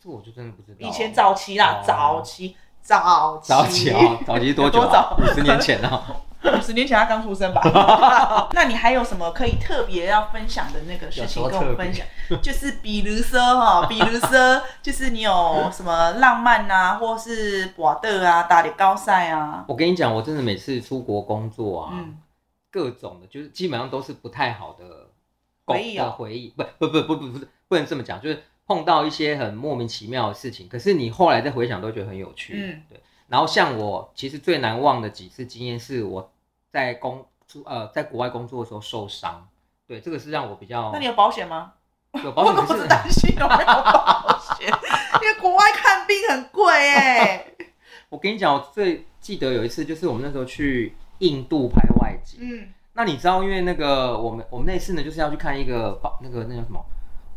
这我就真的不知道。以前早期啦，哦早期早期早起啊，早起是多久啊？ 有多早五十年前啊，五十年前他刚出生 吧？那你还有什么可以特别要分享的那个事情有跟什么我们特别分享？就是比如说 哈，比如说就是你有什么浪漫啊，或是博德啊，打理高赛啊，我跟你讲，我真的每次出国工作啊，嗯，各种的，就是基本上都是不太好的回忆哦的回忆，不不不不不不是不能这么讲，就是碰到一些很莫名其妙的事情，可是你后来再回想都觉得很有趣，嗯，对。然后像我其实最难忘的几次经验是我在工出呃在国外工作的时候受伤，对，这个是让我比较那你有保险吗？有保我险总可是哦是担心有没有保险，因为国外看病很贵哎。 我跟你讲，我最记得有一次就是我们那时候去印度拍外景， 嗯那你知道，因为那个我们我们那次呢，就是要去看一个保那个那叫什么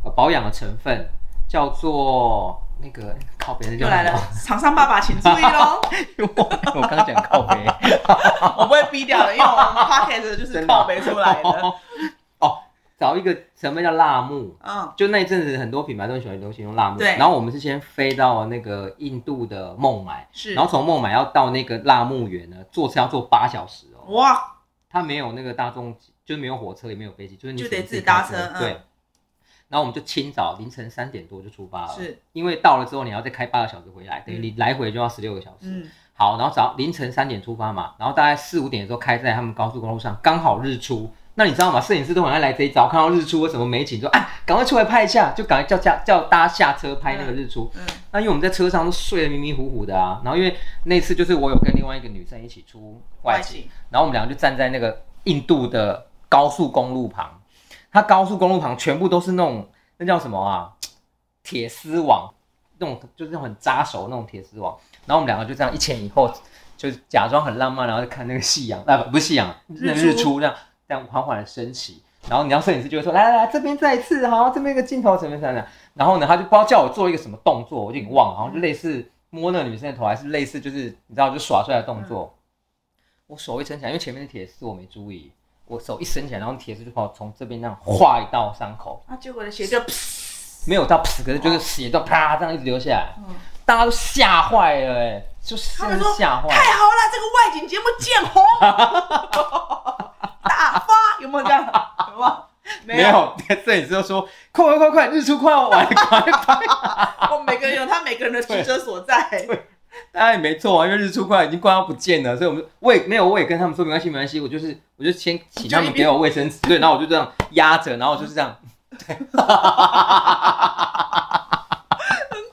呃保养的成分，叫做那个哎靠别人又叫来什了么？，厂商爸爸请注意喽！ 我刚刚讲靠背，我不会逼掉的，因为我们 podcast 就是靠背出来 的。哦，找一个成分叫辣木，嗯，就那一阵子很多品牌都很喜欢流行用辣木。对然后我们是先飞到那个印度的孟买，是然。后从孟买要到那个辣木园呢，坐车要坐八小时哦。哇，它没有那个大众，就是没有火车，也没有飞机，就是你就只能得自己自搭开车嗯对。然后我们就清早凌晨三点多就出发了，是，因为到了之后你要再开八个小时回来，等于嗯你来回就要十六个小时。嗯，好，然后早凌晨三点出发嘛，然后大概四五点的时候开在他们高速公路上，刚好日出。那你知道吗？摄影师都很爱来这一招，看到日出或什么美景，说哎，赶快出来拍一下，就赶快叫叫叫大家下车拍那个日出。嗯那因为我们在车上都睡得迷迷糊糊的啊，然后因为那次就是我有跟另外一个女生一起出外外景，景，然后我们两个就站在那个印度的高速公路旁，它高速公路旁全部都是那种那叫什么啊？铁丝网，那种就是那种很扎手的那种铁丝网。然后我们两个就这样一前一后，就是假装很浪漫，然后就看那个夕阳，啊不不是夕阳，那日出日出这样这样缓缓的升起。然后你要摄影师就会说来来来，这边再一次，好，这边一个镜头怎么怎么样。然后呢，他就不知道叫我做一个什么动作，我就已经忘了，好像就类似摸那个女生的头，还是类似就是你知道就耍帅的动作。嗯我手一伸起来，因为前面是铁丝，我没注意，我手一伸起来，然后铁丝就把我从这边这样划一道伤口，那啊结果的鞋就，没有到噗，可是就是血到啪这样一直流下来，哦嗯大家都吓坏了、哎，就是他真们的说吓坏太了。好了，这个外景节目见红， 大发有没有这样？有没有？没没，有， 摄影师就说快快快快，日出快要完，赶快拍。我们每个人有他每个人的职责所在。 当然也没错啊，因为日出快已经快要不见了，所以我们就我也没有，我也跟他们说没关系没关系，我就是我就先请他们给我卫生纸，对，然后我就这样压着，然后我就是这样，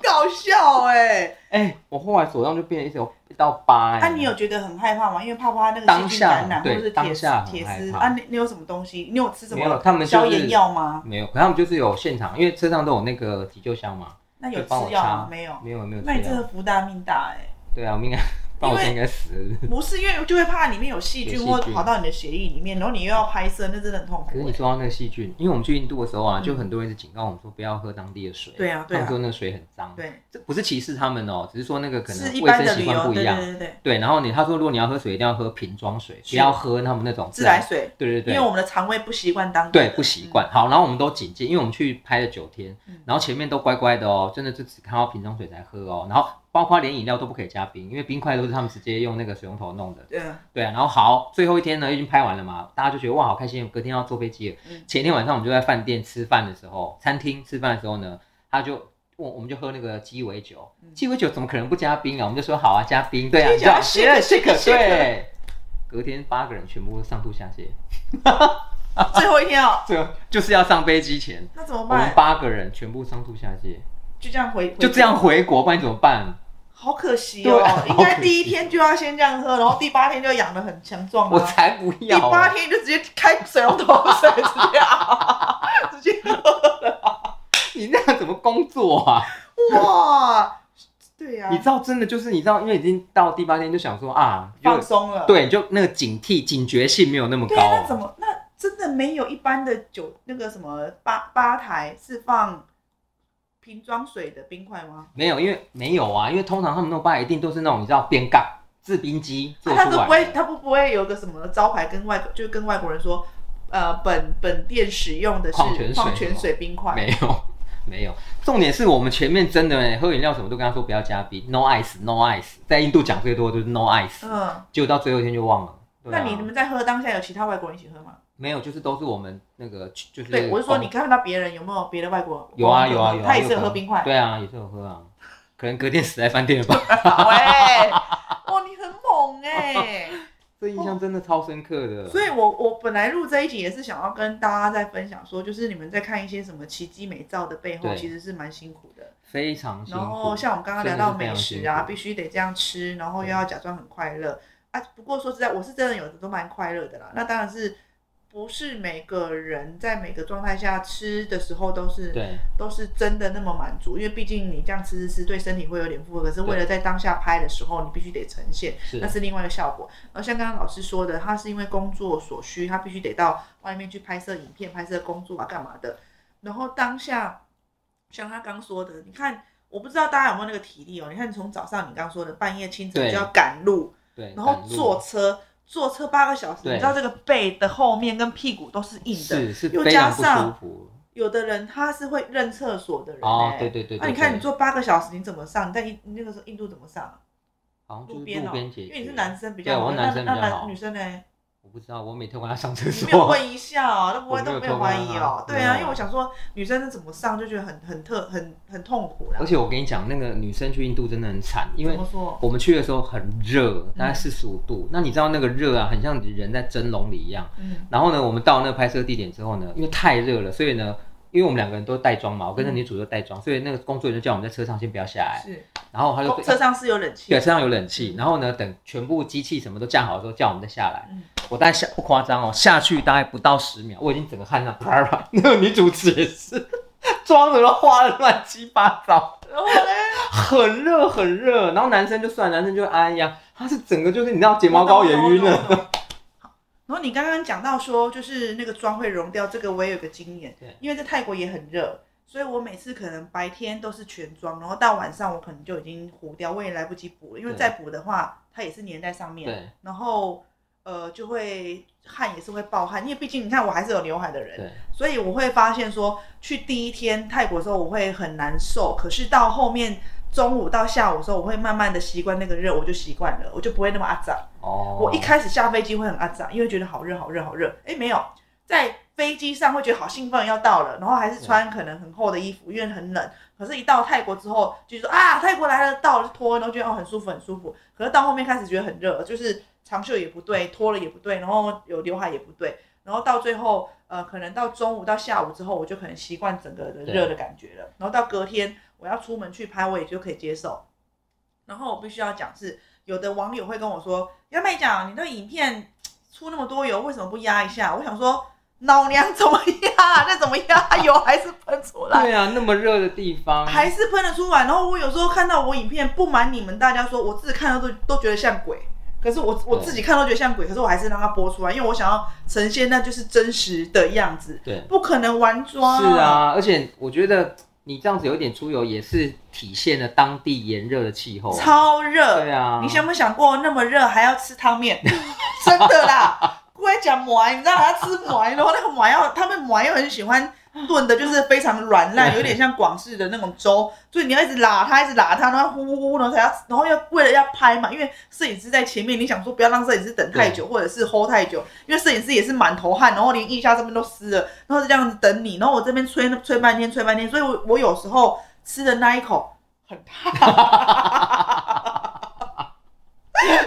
搞笑哎、哎、我后来手上就变了一条一道疤、哎，那、啊你有觉得很害怕吗？因为怕怕那个当细菌下感染，或对者是铁当丝下很铁害丝怕啊？你你有什么东西？你有吃什没有么他们就是消炎药吗？没有？可他们就是有现场，因为车上都有那个急救箱嘛，那有就帮我吃药吗擦？没有。没有没有这那样。你真的福大命大哎、对啊，我们应 该，不然我现在应该死了。不是因为就会怕里面有细菌有细或菌跑到你的血液里面，然后你又要拍摄，那真的很痛可是苦、你欸。说到那个细菌，因为我们去印度的时候啊，嗯就很多人一直警告我们说不要喝当地的水。对啊对啊他们说那个水很脏。，对，这不是歧视他们哦，只是说那个可能是一卫般生的习旅惯游，不一对样对。对对，对，然啊后你他说如果你要喝水，一定要喝瓶装水，是不要喝他们那种自来。水，对对因对为。我们的肠胃不习惯当地对的，不习惯。好，然后我们都警戒，因为我们去拍了九天嗯，然后前面都乖乖的哦，真的就只看到瓶装水才喝哦，然后包括连饮料都不可以加冰，因为冰块都是他们直接用那个水龙头弄的。嗯。嗯，对啊，然后好，最后一天呢已经拍完了嘛，大家就觉得哇好开心，隔天要坐飞机了。嗯前一天晚上我们就在饭店吃饭的时候，餐厅吃饭的时候呢，他就我我们就喝那个鸡尾酒嗯，鸡尾酒怎么可能不加冰啊？我们就说好啊，加冰，对啊，鸡尾酒要你知道 shake shake shake 对。隔天八个人全部上吐下泻，最后一天哦，最后就是要上飞机前，那怎么我们办？八个人全部上吐下泻，就这样回，哦就这样回国，不然你怎么办？好可惜 对啊哦好，应该可惜第一天就要先这样喝，然后第八天就养得很强壮我啊。才不第要啊、八天就直接开水龙头水，直接啊， 直接你那样怎么工作啊？哇，对呀、你知道，真的就是你知道，因为已经到第八天，就想说啊，就放松了。对，就那个警惕、警觉性没有那么对啊，那高怎。么那真的没有一般的酒那个什么吧吧台是放瓶装水的冰块吗？没有，因为没有啊，因为通常他们那种吧一定都是那种你知道边杠制冰机做啊他出来的。都不会，他不不会有个什么招牌跟外就跟外国人说，呃，本本店使用的是矿泉水矿泉水冰块，没有，没有。重点是我们前面真的欸喝饮料什么都跟他说不要加冰，no ice，no ice。在印度讲最多就是 no ice，嗯，结果到最后一天就忘了。对啊那你你们在喝当下有其他外国人一起喝吗？没有，就是都是我们那个就是对，我是说你看到别人有没有别的外国？有啊有啊有啊，他也是有有喝冰 块。对啊，也是有喝啊，可能隔天死在饭店 了吧？喂，哦，你很猛哎、这印象真的超深刻的。所以我我本来录这一集也是想要跟大家在分享说，就是你们在看一些什么奇迹美照的背后，对其实是蛮辛苦的。非常辛苦。然后像我们刚刚聊到美食啊，必须须得这样吃，然后又要假装很快乐啊。不过说实在，我是真的有的都蛮快乐的嗯啦。那当然是不是每个人在每个状态下吃的时候都是对都是真的那么满足，因为毕竟你这样吃吃吃对身体会有点负荷，可是为了在当下拍的时候，你必须得呈现，是那是另外一个效果。而像刚刚老师说的，他是因为工作所需，他必须得到外面去拍摄影片、拍摄工作啊、干嘛的。然后当下，像他刚说的，你看，我不知道大家有没有那个体力哦？你看从早上你刚说的，半夜清晨对就要赶路，对，然后赶路坐车，坐车八个小时，对你知道这个背的后面跟屁股都是硬的，是是又非常加不上舒服。有的人他是会认厕所的人、欸、哦，对对对对，那、你看对你坐八个小时，你怎么上？你在印你那个时候印度怎么上啊？好像就路是路边哦、解决，因为你是男生比对较我好，是那男生那比较好男女生呢？我不知道，我每天晚 上上厕你没有所。问一下哦、 都不会我没有都没有怀疑哦、偷看啊对啊，没有因为我想说女生是怎么上就觉得很很特很很痛苦啦 而。且我跟你讲，那个女生去印度真的很惨，因为怎么说？我们去的时候很热，嗯大概四十五度。那你知道那个热啊，很像人在蒸笼里一样。嗯，然后呢，我们到那个拍摄地点之后呢，因为太热了，所以呢，因为我们两个人都带妆嘛，我嗯跟那女主都带妆，所以那个工作人员就叫我们在车上先不要下来。是然后他就公哦车上是有冷气对，，车上有冷气嗯，然后呢，等全部机器什么都架好之后，叫我们再下来。嗯我大概下不夸张哦，下去大概不到十秒，我已经整个汗上 啪啪。那个女主持也是， 妆的都花的乱七八糟，然后呢，很热很热。然后男生就算，男生就哎呀，他是整个就是你知道睫毛膏也晕了。了。然后你刚刚讲到说，就是那个妆会融掉，这个我也有个经验对，因为在泰国也很热，所以我每次可能白天都是全妆，然后到晚上我可能就已经糊掉，我也来不及补了，因为对再补的话它也是粘在上面，对然后呃就会汗也是会爆汗，因为毕竟你看我还是有刘海的人，对所以我会发现说，去第一天泰国的时候我会很难受，可是到后面中午到下午的时候，我会慢慢的习惯那个热，我就习惯了，我就不会那么阿脏。哦，我一开始下飞机会很阿杂，因为觉得好热好热好热。哎，没有，在飞机上会觉得好兴奋，要到了，然后还是穿可能很厚的衣服，因为很冷。可是，一到泰国之后，就说啊，泰国来了，到了就脱，然后觉得哦很舒服很舒服。可是到后面开始觉得很热，就是长袖也不对，脱了也不对，然后有刘海也不对，然后到最后呃，可能到中午到下午之后，我就可能习惯整个的对热的感觉了。然后到隔天我要出门去拍，我也就可以接受。然后我必须要讲是，有的网友会跟我说：“杨美讲，你的影片出那么多油，为什么不压一下？”我想说，老娘怎么压？ 那怎么压？油还是喷出来，对啊，啊那么热的地方，还是喷得出来。然后我有时候看到我影片，不瞒你们大家说，我自己看到都都觉得像鬼。可是我我对自己看到觉得像鬼，可是我还是让它播出来，因为我想要呈现那就是真实的样子，对。不可能玩妆。是，啊，而且我觉得你这样子有点出油，也是体现了当地炎热的气候。啊超热。对啊，你想没想过那么热还要吃汤面？ 真的啦，不会讲馍，你知道他吃馍，然后那个馍要他们馍又很喜欢炖的，就是非常软烂，对有点像广式的那种粥，所以你要一直拉它，一直拉它，然后呼呼呼，然后才要，然后要为了要拍嘛，因为摄影师在前面，你想说不要让摄影师等太久，或者是 hold 太久，因为摄影师也是满头汗，然后连腋下这边都湿了，然后就这样子等你，然后我这边吹吹半天，吹半天，所以我我有时候吃的那一口很 烫，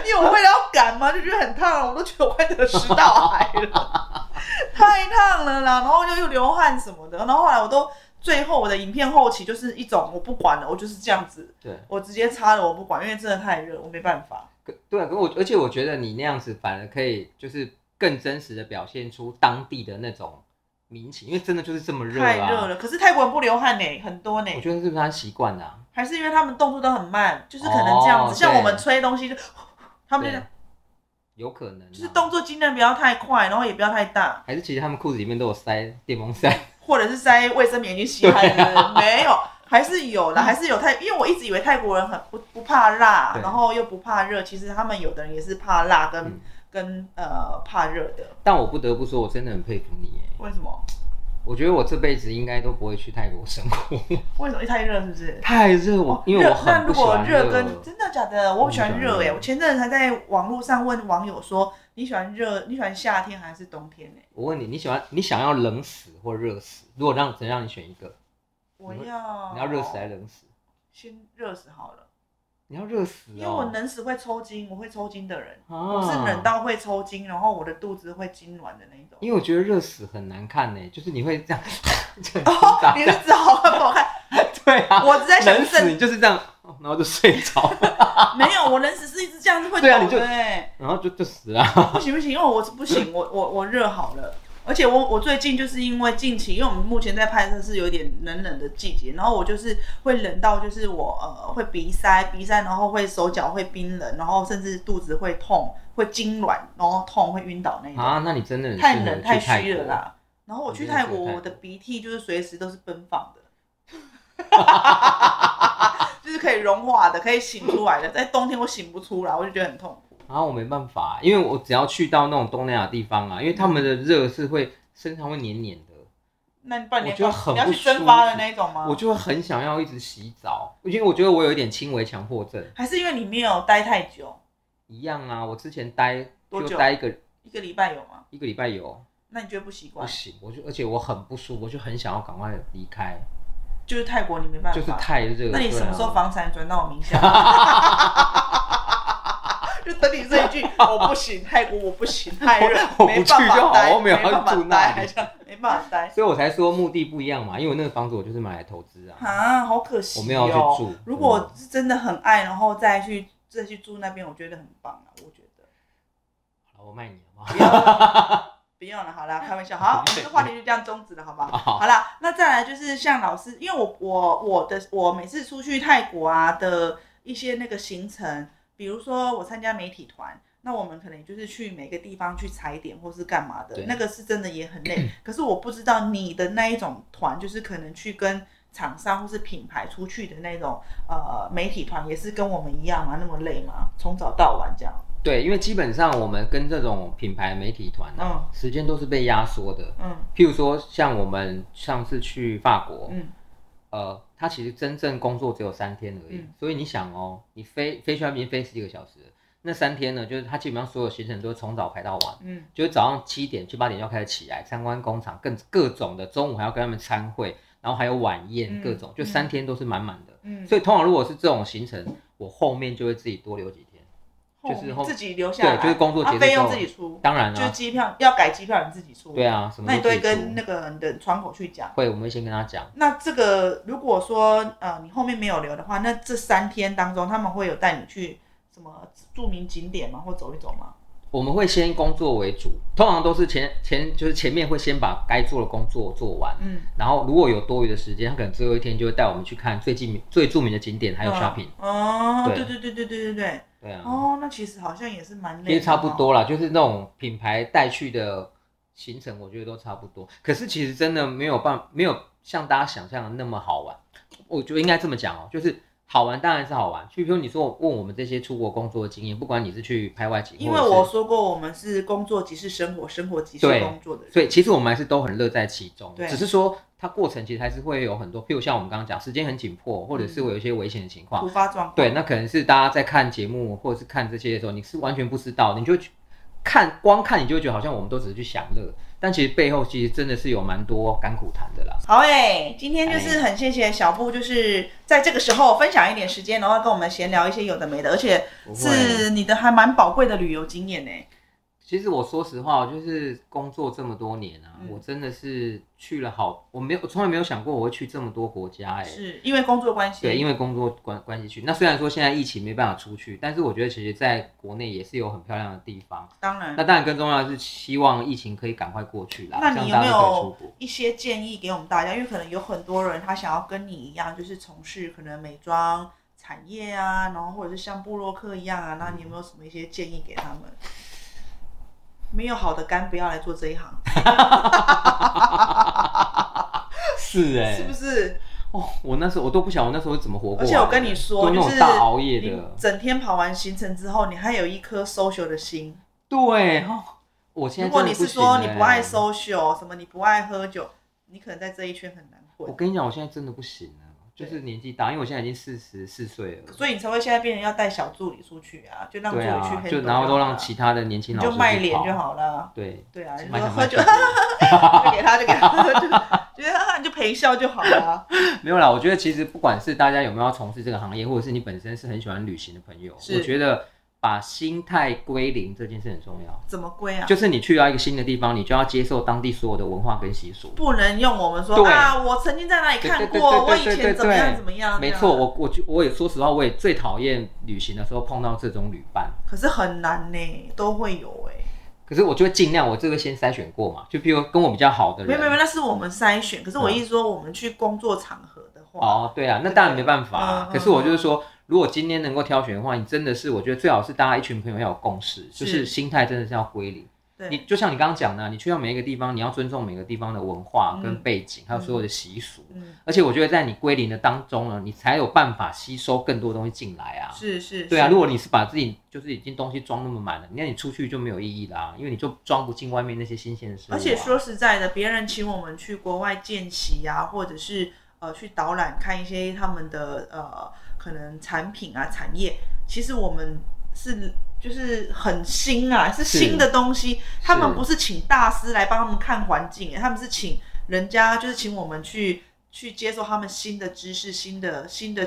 因为我为了要赶嘛，就觉得很烫了，我都觉得我快得食道癌了， 太烫了啦，然后又又流汗什么的，然后后来我都最后我的影片后期就是一种我不管了，我就是这样子，对我直接擦了我不管，因为真的太热，我没办法。可对啊，可我而且我觉得你那样子反而可以就是更真实的表现出当地的那种民情，因为真的就是这么热啊。哦太热了，可是泰国人不流汗呢、很多呢、我觉得是不是他习惯啊啦？还是因为他们动作都很慢，就是可能这样子，哦像对我们吹东西就，他们就对啊是，有可能啊、就是动作尽量不要太快，然后也不要太大，还是其实他们裤子里面都有塞电风扇。 或者是塞卫生棉已经吸汗了，没有，还是有 啦，还是有泰，因为我一直以为泰国人很不不怕辣，对然后又不怕热，其实他们有的人也是怕辣跟、嗯跟呃怕热的，但我不得不说，我真的很佩服你耶。欸为什么？我觉得我这辈子应该都不会去泰国生活， 为什么太热是不是？太热我，哦因为热我很那不如喜果欢热跟真的假的，我不喜欢我不喜欢热哎、热我前阵子还在网络上问网友说，你喜欢热，你喜欢夏天还是冬天欸呢、我问你，你喜欢你想要冷死或热死？如果让只能让你选一个，我你会要你要热死还是冷死？先热死好了，你要热死哦！因为我冷死会抽筋，我会抽筋的人，啊我是冷到会抽筋，然后我的肚子会痉挛的那一种。因为我觉得热死很难看呢，就是你会这样， 就很哦复杂，你是指好看不好看？ 对啊，我只在想冷死正你就是这样，哦然后就睡着， 没有，我冷死是一直这样子会抖对啊你就的欸、然后就就死了。 不行不行，因为哦我是不行，我我我热好了。而且我我最近就是因为近期，因为我们目前在拍摄是有点冷冷的季节，然后我就是会冷到就是我呃会鼻塞，鼻塞，然后会手脚会冰冷，然后甚至肚子会痛，会痉挛，然后痛会晕倒那一种。啊，那你真的很太适合冷去太泰虚了国。啦。然后我去你泰真的国，去泰国我的鼻涕就是随时都是奔放的， 就是可以融化的，可以醒出来的。在冬天我醒不出来，我就觉得很痛苦。啊然后我没办法，因为我只要去到那种东南亚地方啊，因为他们的热是会身上会黏黏的，那你半年我觉得很你要不去蒸舒发的服那一种吗？我就会很想要一直洗澡，因为我觉得我有一点轻微强迫症。还是因为你没有待太久，一样啊，我之前待多就久待一个一个礼拜有吗？一个礼拜有，那你觉得不习不惯？行，我就而且我很不舒服，我就很想要赶快离开，就是泰国你没办法。就是太热。那你什么时候对啊？房产转到我名下？ 就等你这一 句，我不行，泰国我不行，太热，我我没不办去就法好待，我没有要办法住那待里这样 没办法待。所以我才说目的不一样嘛，因为我那个房子我就是买来投资啊，啊，好可惜、哦！我没有要去住嗯如果我是真的很爱，然后再去再去住那边，我觉得很棒啊，我觉得。好我卖你 好不好？不要了不要了， 好啦，开玩笑。好，我们这个话题就这样终止了，好吧？啊好好啦，那再来就是像老师，因为我我我的我每次出去泰国啊的一些那个行程，比如说我参加媒体团。那我们可能就是去每个地方去踩点或是干嘛的对，嗯那个是真的也很累。可是我不知道你的那一种团，就是可能去跟厂商或是品牌出去的那种呃媒体团，也是跟我们一样吗？那么累吗？从早到晚这样？对，因为基本上我们跟这种品牌媒体团啊，时间都是被压缩的。嗯譬如说，像我们上次去法国，嗯呃，他其实真正工作只有三天而已，嗯所以你想哦，你飞飞去那边飞十几个小时，那三天呢，就是他基本上所有行程都是从早排到晚，嗯就是早上七点七八点就要开始起来参观工厂，更各种的，中午还要跟他们参会，然后还有晚嗯宴各种，就三天都是满满的。嗯，所以通常如果是这种行程，我后面就会自己多留几天。就是后自己留下来，对就是工作结束啊费用之后自己出，当然就是啊，机票要改机票你自己出。对啊，什么那你都都会自己跟出那个你的窗口去讲。会，我们会先跟他讲。那这个如果说呃你后面没有留的话，那这三天当中他们会有带你去什么著名景点吗？或走一走吗？我们会先工作为主，通常都是前前就是前面会先把该做的工作做完，嗯，然后如果有多余的时间，他可能最后一天就会带我们去看最近最著名的景点，还有嗯 shopping。哦，对对对对对对对对。对啊，哦，那其实好像也是蛮累其的哦。实差不多啦，就是那种品牌带去的行程，我觉得都差不多。可是其实真的没有办，没有像大家想象的那么好玩。我觉得应该这么讲哦，就是好玩当然是好玩。就比如说你说问我们这些出国工作的经验，不管你是去拍外景，因为或者是我说过，我们是工作即是生活，生活即是对工作的人。所以其实我们还是都很乐在其中对，只是说它过程其实还是会有很多，譬如像我们刚刚讲，时间很紧迫，或者是会有一些危险的情况。突发状况。对，那可能是大家在看节目或者是看这些的时候，你是完全不知道，你就会去看光看你就会觉得好像我们都只是去享乐，但其实背后其实真的是有蛮多甘苦谈的啦。好诶、今天哎就是很谢谢小布，就是在这个时候分享一点时间，然后跟我们闲聊一些有的没的，而且不会是你的还蛮宝贵的旅游经验呢、其实我说实话，就是工作这么多年啊，嗯我真的是去了好，我没有我从来没有想过我会去这么多国家哎、是因为工作关系，对，因为为工作关关系去。那虽然说现在疫情没办法出去，但是我觉得其实在国内也是有很漂亮的地方。当然那。当然更重要的是，希望疫情可以赶快过去啦，那这你样有大没家都可以出有国。一些建议给我们大家？因为可能有很多人他想要跟你一样，就是从事可能美妆产业啊，然后或者是像布洛克一样啊，那你有没有什么一些建议给他们？没有好的肝，不要来做这一哎行，是哎、是不是？哦，我那时候我都不想，我那时候怎么活过来而的？且我跟你说，都那就种是大熬夜你的，整天跑完行程之后，你还有一颗 social 的心。对。哦我现在如果真你的是行说你欸不爱，social，什么你不爱喝酒，你可能在这一圈很难我混。跟你讲，我现在真的不行了。就是年纪大，因为我现在已经四十四岁了，所以你才会现在变成要带小助理出去啊，就让助对理去啊，黑就手然后好都了让其他的年轻你老师就卖去脸就跑，好了。对，对啊，你蛮说想喝卖酒，小助理就给他，就给他，就觉得啊，你就陪笑就好 了。没有啦，我觉得其实不管是大家有没有要从事这个行业，或者是你本身是很喜欢旅行的朋友，是我觉得把心态归零这件事很重要。怎么归啊？就是你去到一个新的地方，你就要接受当地所有的文化跟习俗。不能用我们说对啊，我曾经在那里看对对对过，对我以对对前怎么对样怎么样。啊没这样错，我我就我也说实话，我也最讨厌旅行的时候碰到这种旅伴。可是很难呢，都会有哎。可是我就会尽量，我这个先筛选过嘛，就比如跟我比较好的没有人。没有，那是我们筛选。可是我意思说，我们去工作场合的话，哦，对啊，那当然没办法、啊嗯。嗯可是我就是说，如果今天能够挑选的话，你真的是我觉得最好是大家一群朋友要有共识，就是是心态真的是要归零。你对，就像你刚刚讲的，你去到每一个地方，你要尊重每个地方的文化嗯跟背景，还有所有的习俗。嗯，而且我觉得在你归零的当中呢，你才有办法吸收更多东西进来啊。是是，对啊，是如果你是把自己就是已经东西装那么满了，那你出去就没有意义啦、因为你就装不进外面那些新鲜的事物、啊。而且说实在的，别人请我们去国外见习呀、或者是呃去导览看一些他们的呃可能产品啊产业，其实我们是就是很新啊，是是新的东西。他们不是请大师来帮他们看环境、他们是请人家就是请我们去去接受他们新的知识、新的新的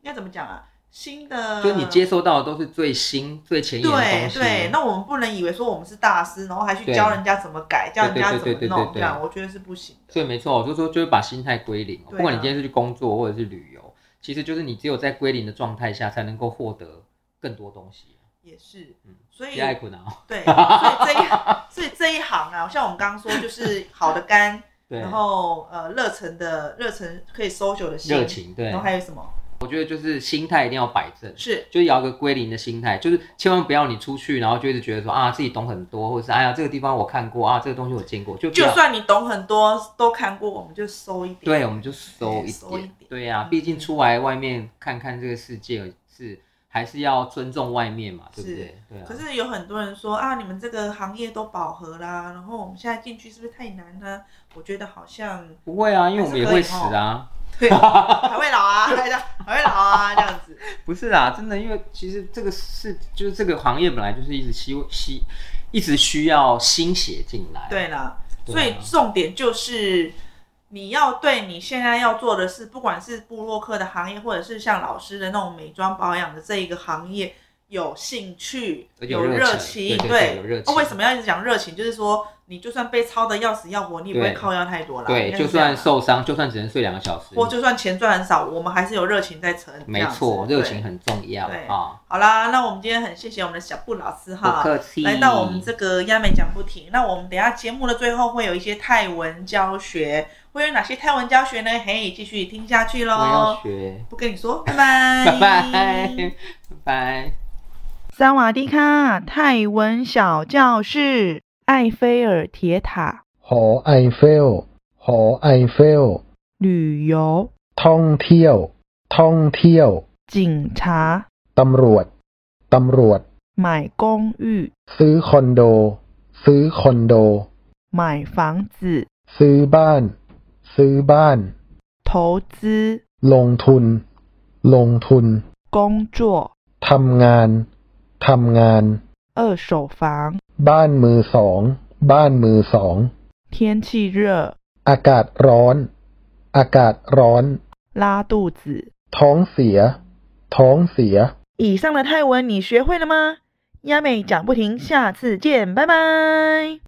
应该怎么讲啊？新的就你接收到的都是最新、最前沿的对东西。啊对，那我们不能以为说我们是大师，然后还去对教人家怎么改，教人家怎对么对对对对弄，对这样我觉得是不行的。所以没错，我就说就是把心态归零、对啊不管你今天是去工作或者是旅游，其实就是你只有在归零的状态下，才能够获得更多东西。也是嗯，所以别爱 困啊！ 对，所以这一所以这一行啊，像我们刚刚说，就是好的肝， 对，然后呃热忱的热忱可以 social 的心，热情对然后，还有什么我觉得就是心态一定要摆正。是就是要有一个归零的心态，就是千万不要你出去，然后就一直觉得说啊自己懂很多，或者是哎呀这个地方我看过啊，这个东西我见过，就不就要算你懂很多，都看过，我们就收一点。对，我们就收一收一点点，对呀、嗯毕竟出来外面看看这个世界是还是要尊重外面嘛，对不对？对可啊，是有很多人说啊，你们这个行业都饱和啦，然后我们现在进去是不是太难呢？我觉得好像不会啊，因为我们也会死还是可啊， 对，还会老啊，还还会老啊，这样子。不是啦，真的，因为其实这个是就是这个行业本来就是一直希希一直需要新血进来，对啦，对啊所以重点就是你要对你现在要做的事，不管是布洛克的行业，或者是像老师的那种美妆保养的这一个行业，有兴趣，有有热情，情对对对有热哦情为什么要一直讲热情？就是说，你就算被抄的要死要活，你也不会对靠要太多啦。应对，该就是这样算啦，受伤，就算只能睡两个小时，或就算钱赚很少，我们还是有热情在撑。没这样子错，热情。对很重要对啊，好啦，那我们今天很谢谢我们的小布老师不哈。客气。来到我们这个亚美讲不停，那我们等一下节目的最后会有一些泰文教学，会有哪些泰文教学呢？嘿，继续听下去我要喽。学，不跟你说，拜拜拜拜，拜拜。萨瓦迪卡，泰文小教室，埃菲尔铁塔 หอไอเฟล หอไอเฟล 旅游 ท่องเที่ยว ท่องเที่ยว 警察 ตำรวจ ตำรวจ 买公寓 ซื้อคอนโด ซื้อคอนโด 买房子 ซื้อบ้าน ซื้อบ้าน 投资 ลงทุน ลงทุน 工作 ทำงาน ทำงาน 二手房 บ้านมือสอง บ้านมือสอง 天气热 อากาศร้อน อากาศร้อน 拉肚子。 ท้องเสีย ท้องเสีย 以上的泰文你学会了吗？亚美讲不停，下次见，拜拜。